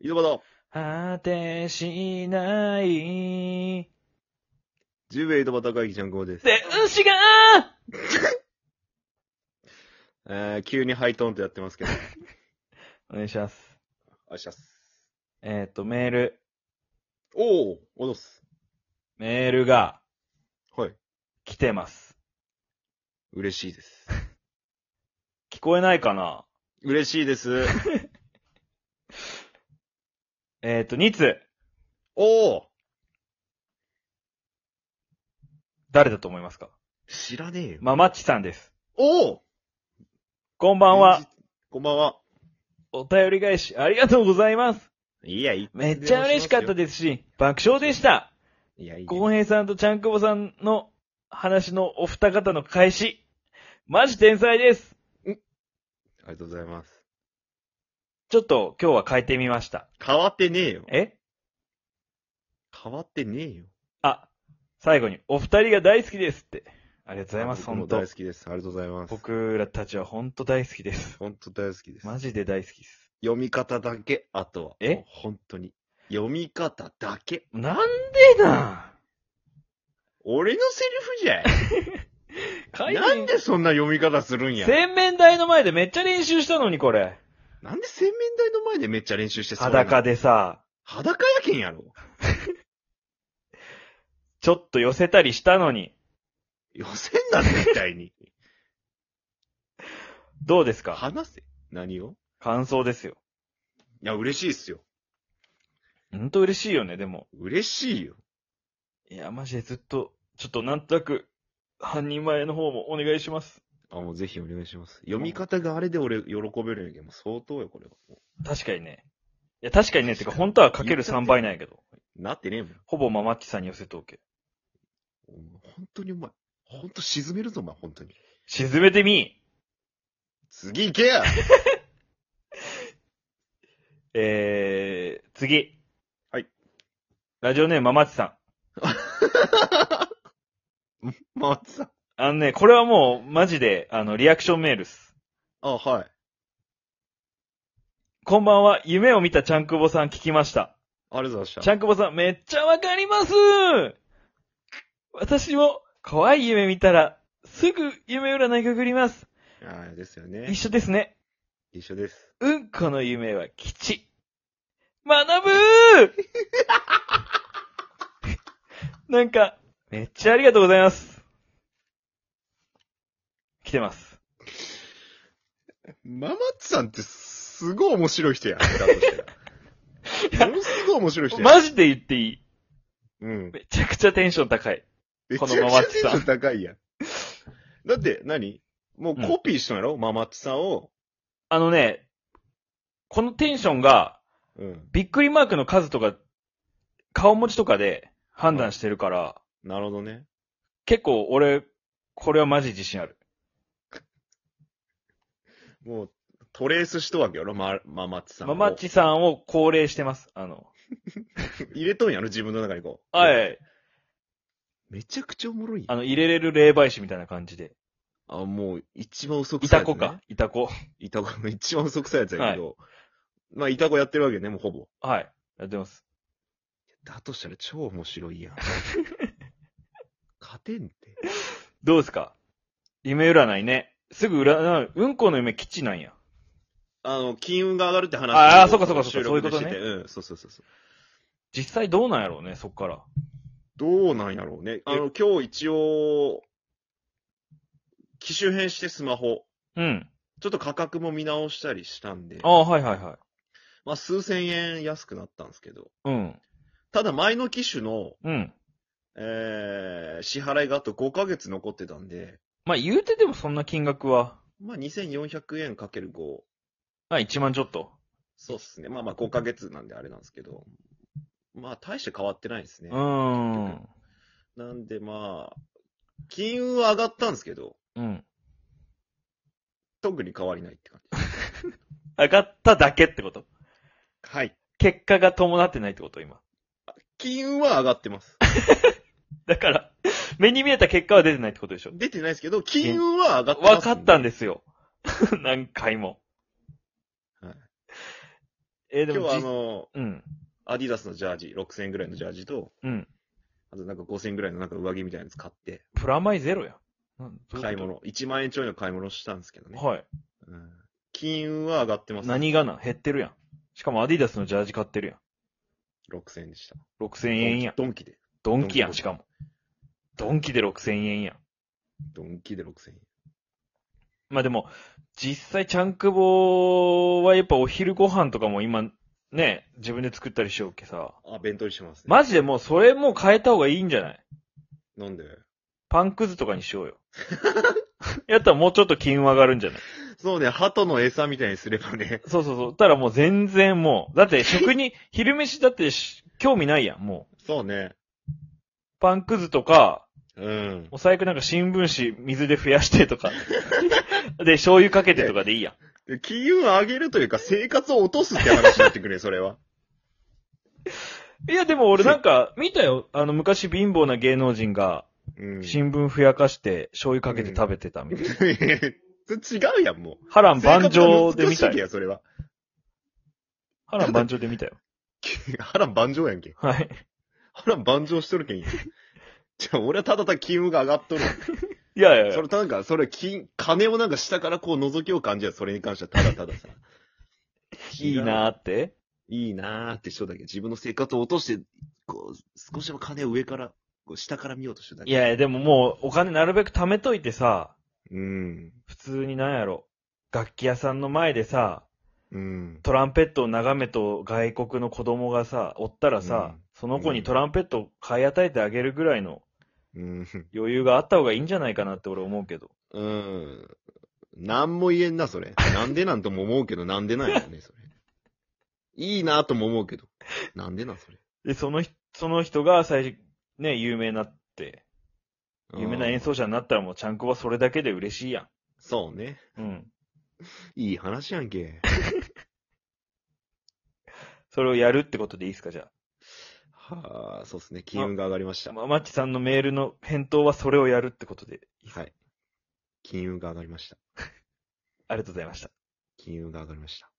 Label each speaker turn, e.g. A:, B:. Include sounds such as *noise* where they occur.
A: 井戸端、
B: 果てしない。
A: 十名井戸端会議進行です。
B: で、牛が
A: えー、急にハイトーンとやってますけど。
B: お願いします。
A: あっしゃっす。
B: えっ、と、メール。
A: *laughs* おー、おどっす。
B: メールが
A: はい。
B: 来てます。
A: 嬉しいです。
B: 聞こえないかな
A: 嬉しいです。
B: えっ、と、2つ。
A: おー
B: 誰だと思いますか
A: 知らねえよ。
B: ママッチさんです。
A: おー
B: こん
A: こ
B: ばんは。。
A: こんばんは。
B: お便り返し、ありがとうございます。
A: いや、いい
B: めっちゃ嬉しかったですし、爆笑でした。
A: いや、いい。
B: 浩平さんとちゃんくぼさんの話のお二方の返し。マジ天才です。
A: ありがとうございます。
B: ちょっと今日は変えてみました。
A: 変わってねえよ。
B: え
A: 変わってねえよ。
B: あ、最後に、お二人が大好きですって。ありがとうございます、
A: 僕も
B: 本当
A: 大好きです。ありがとうございます。僕、
B: 僕らたちは本当大好きです。
A: 本当大好きです。
B: マジで大好きです。
A: 読み方だけ、あとは。
B: え
A: もう本当に。読み方だけ。
B: なんでな
A: 俺のセリフじゃい。
B: 書いて
A: なんでそんな読み方するんや。
B: 洗面台の前でめっちゃ練習したのに、これ。
A: なんで洗面台の前でめっちゃ練習してそうな
B: 裸。でさ、
A: 裸やけんやろ。
B: ちょっと寄せたりしたのに。
A: 寄せんな、絶対 *laughs* に。
B: どうですか
A: 話せ。何を
B: 感想ですよ。
A: いや、嬉しいっすよ。
B: ほんと嬉しいよね、でも。
A: 嬉しいよ。
B: いや、マジでずっと、ちょっとなんとなく、半人前の方もお願いします。
A: あ、もうぜひお願いします。読み方があれで俺喜べるんやけど、もう相当よ、これは。も
B: 確かにね。いや、確かにね、てか、本当はかける3倍なんやけど。
A: うなってねえもん。
B: ほぼママッチさんに寄せとおけ。
A: お前本当にお前、本当沈めるぞ、お前、本当に。
B: 沈めてみー
A: 次行け *laughs* や
B: えー、次。
A: はい。
B: ラジオネームママチさん。
A: まあ、さ。
B: あのね、これはもう、マジで、あの、リアクションメールっす。
A: あ、はい。
B: こんばんは、夢を見たちゃんくぼさん聞きました。
A: ありがとうございました。
B: ちゃんくぼさん、めっちゃわかります私も、怖い夢見たら、すぐ夢占いがぐります。
A: ああ、ですよ
B: 一
A: ね。
B: 緒ですね。
A: 一緒です。
B: うんこの夢は吉。学ぶー *laughs* なんか、めっちゃありがとうございます。来てます。
A: ママッツさんってすごい面白い人や。だとしたらものす *laughs* ごい面白い人や。
B: マジで言っていい。
A: うん。
B: めちゃくちゃテンション高い。
A: めち
B: こ
A: ゃく
B: の
A: ち
B: ママ
A: ゃ
B: ッ
A: テン
B: チ
A: シ
B: さん
A: ョン高いやん。だって何、もうコピーしたんやろ、ママッチさんを。
B: あのね、このテンションが、
A: うん。
B: びっくりマークの数とか、顔文字とかで判断してるから、
A: なるほどね。
B: 結構俺、これはマジ自信ある。
A: もう、トレースしとわけやろ、マママッチさんを。
B: ママッチさんを高齢してます。あの、
A: 入れとんやろ自分の中にこう。
B: はいはい。
A: めちゃくちゃおもろいや
B: あ
A: ん。
B: の、入れれる霊媒師みたいな感じで。
A: あ、もう、一番遅く
B: い
A: さい
B: た
A: やつね
B: 子か。。いた子。
A: いた子の一番遅くさいやつやけど。まあ、いた子やってるわけね、もうほぼ。
B: はい。やってます。
A: だとしたら超面白いやん。勝て
B: *laughs*
A: んって。
B: どうですか夢占いね。すぐ占う。うんこの夢吉なんや。
A: あの、金運が上がるって話
B: ああそうかそうかそ
A: 収
B: うか
A: 録で
B: そういうことね
A: しててうん、そうそうそうそう。
B: 実際どうなんやろうね、そっから。
A: どうなんやろうね。あの、今日一応、機種変してスマホ。
B: うん。
A: ちょっと価格も見直したりしたんで
B: あ、あ、はいはいはい。
A: まあ数千円安くなったんですけど、
B: うん。
A: ただ前の機種の、
B: うん。
A: えー、支払いがあと5ヶ月残ってたんで、
B: まあ、言うてでもそんな金額は。
A: まあ2400円かける5、
B: まあ、1万ちょっと。
A: そうっすね。まあまあ5ヶ月なんであれなんですけど、まあ大して変わってないですね
B: う。ーん。
A: なんでまあ、金運は上がったんですけど、
B: うん。
A: 特に変わりないって感じ。
B: 上がっただけってこと。
A: はい。
B: 結果が伴ってないってこと、今。
A: 金運は上がってます。
B: だから、 *laughs* 目に見えた結果は出てないってことでしょ。
A: 出てないですけど、金運は上がってます。
B: わ *laughs* かったんですよ。何回も。
A: はい
B: ええーで
A: 今日
B: も
A: はあ
B: じ
A: の、
B: うん。
A: アディダスのジャージ、6000円ぐらいのジャージと、
B: うん。
A: あとなんか5000円ぐらいのなんか上着みたいなやつ買って、
B: プラマイゼロや。なんどううこと
A: 買い物、1万円ちょいの買い物したんですけどね。
B: はい。
A: うん、金運は上がってます、
B: 何がな減ってるやん。しかもアディダスのジャージ買ってるや
A: ?6000 円でした。
B: ん。6000円やん。
A: ドンキで。
B: ドンキや
A: ド
B: ん、
A: ンキ
B: しかも。ドンキで6000円やん。
A: ドンキで6000円。
B: まあでも、実際、チャンクボはやっぱお昼ご飯とかも今、ね、自分で作ったりしようけさ。
A: あ、弁当にしてますね。
B: マジでもうそれもう変えた方がいいんじゃない
A: なんで
B: パンくずとかにしよう
A: *laughs*
B: よ。やったらもうちょっと金運上がるんじゃない
A: そうね、鳩の餌みたいにすればね。 *laughs*
B: そうそうそう。たらもう全然もう。だって食に、昼飯だってし興味ないやん、もう。
A: そうね。
B: パンくずとか、
A: うん。
B: お財布なんか新聞紙水で増やしてとか。 *laughs* で、醤油かけてとかでいいやん。
A: 金運上げるというか、生活を落とすって話になってくるね、それは。
B: いや、でも俺なんか、見たよ。あの、昔貧乏な芸能人が、
A: うん。 *laughs*
B: 新聞ふやかして、醤油かけて食べてたみたいな。
A: それ違うやん、もう。
B: 波乱万丈で
A: 生活が
B: 見た
A: 難しいけ
B: よ。
A: や、それは。 *laughs*
B: 波乱万丈で見たよ。
A: 波乱万丈やんけ。
B: *laughs* はい。
A: 波乱万丈しとるけん。 *laughs* じゃあ、俺はただただ金運が上がっとる。
B: いやいやいや
A: それなんか、それ、金、金をなんか下からこう覗きを感じや、それに関してはただたださ。
B: *laughs* いいなーって。
A: いいなーって人だけど、自分の生活を落として、こう、少しでも金を上から、こう下から見ようとしてるだけ。
B: いやいや、でももう、お金なるべく貯めといてさ、
A: うん。
B: 普通になんやろ。楽器屋さんの前でさ、
A: うん。
B: トランペットを眺めと外国の子供がさ、おったらさ、
A: うん
B: その子にトランペットを買い与えてあげるぐらいの
A: うん。
B: 余裕があった方がいいんじゃないかなって俺思うけど。
A: うん。なんも言えんな、それ。なんでなんとも思うけど、なんでなんやろね、それ。いいなとも思うけど。なんでなん、それ。
B: で、その人、その人が最初、ね、有名になって、有名な演
A: うん
B: 奏者になったらもうちゃんこはそれだけで嬉しいや
A: そうね。
B: ん。うん。
A: いい話やんけ。
B: それをやるってことでいいですか、じゃ
A: はあ、そうですね。金運が上がりまし
B: あ。
A: た。
B: ま、マッチさんのメールの返答はそれをやるってことでいいっす
A: はい。金運が上がりました。
B: ありがとうございました。
A: 金運が上がりました。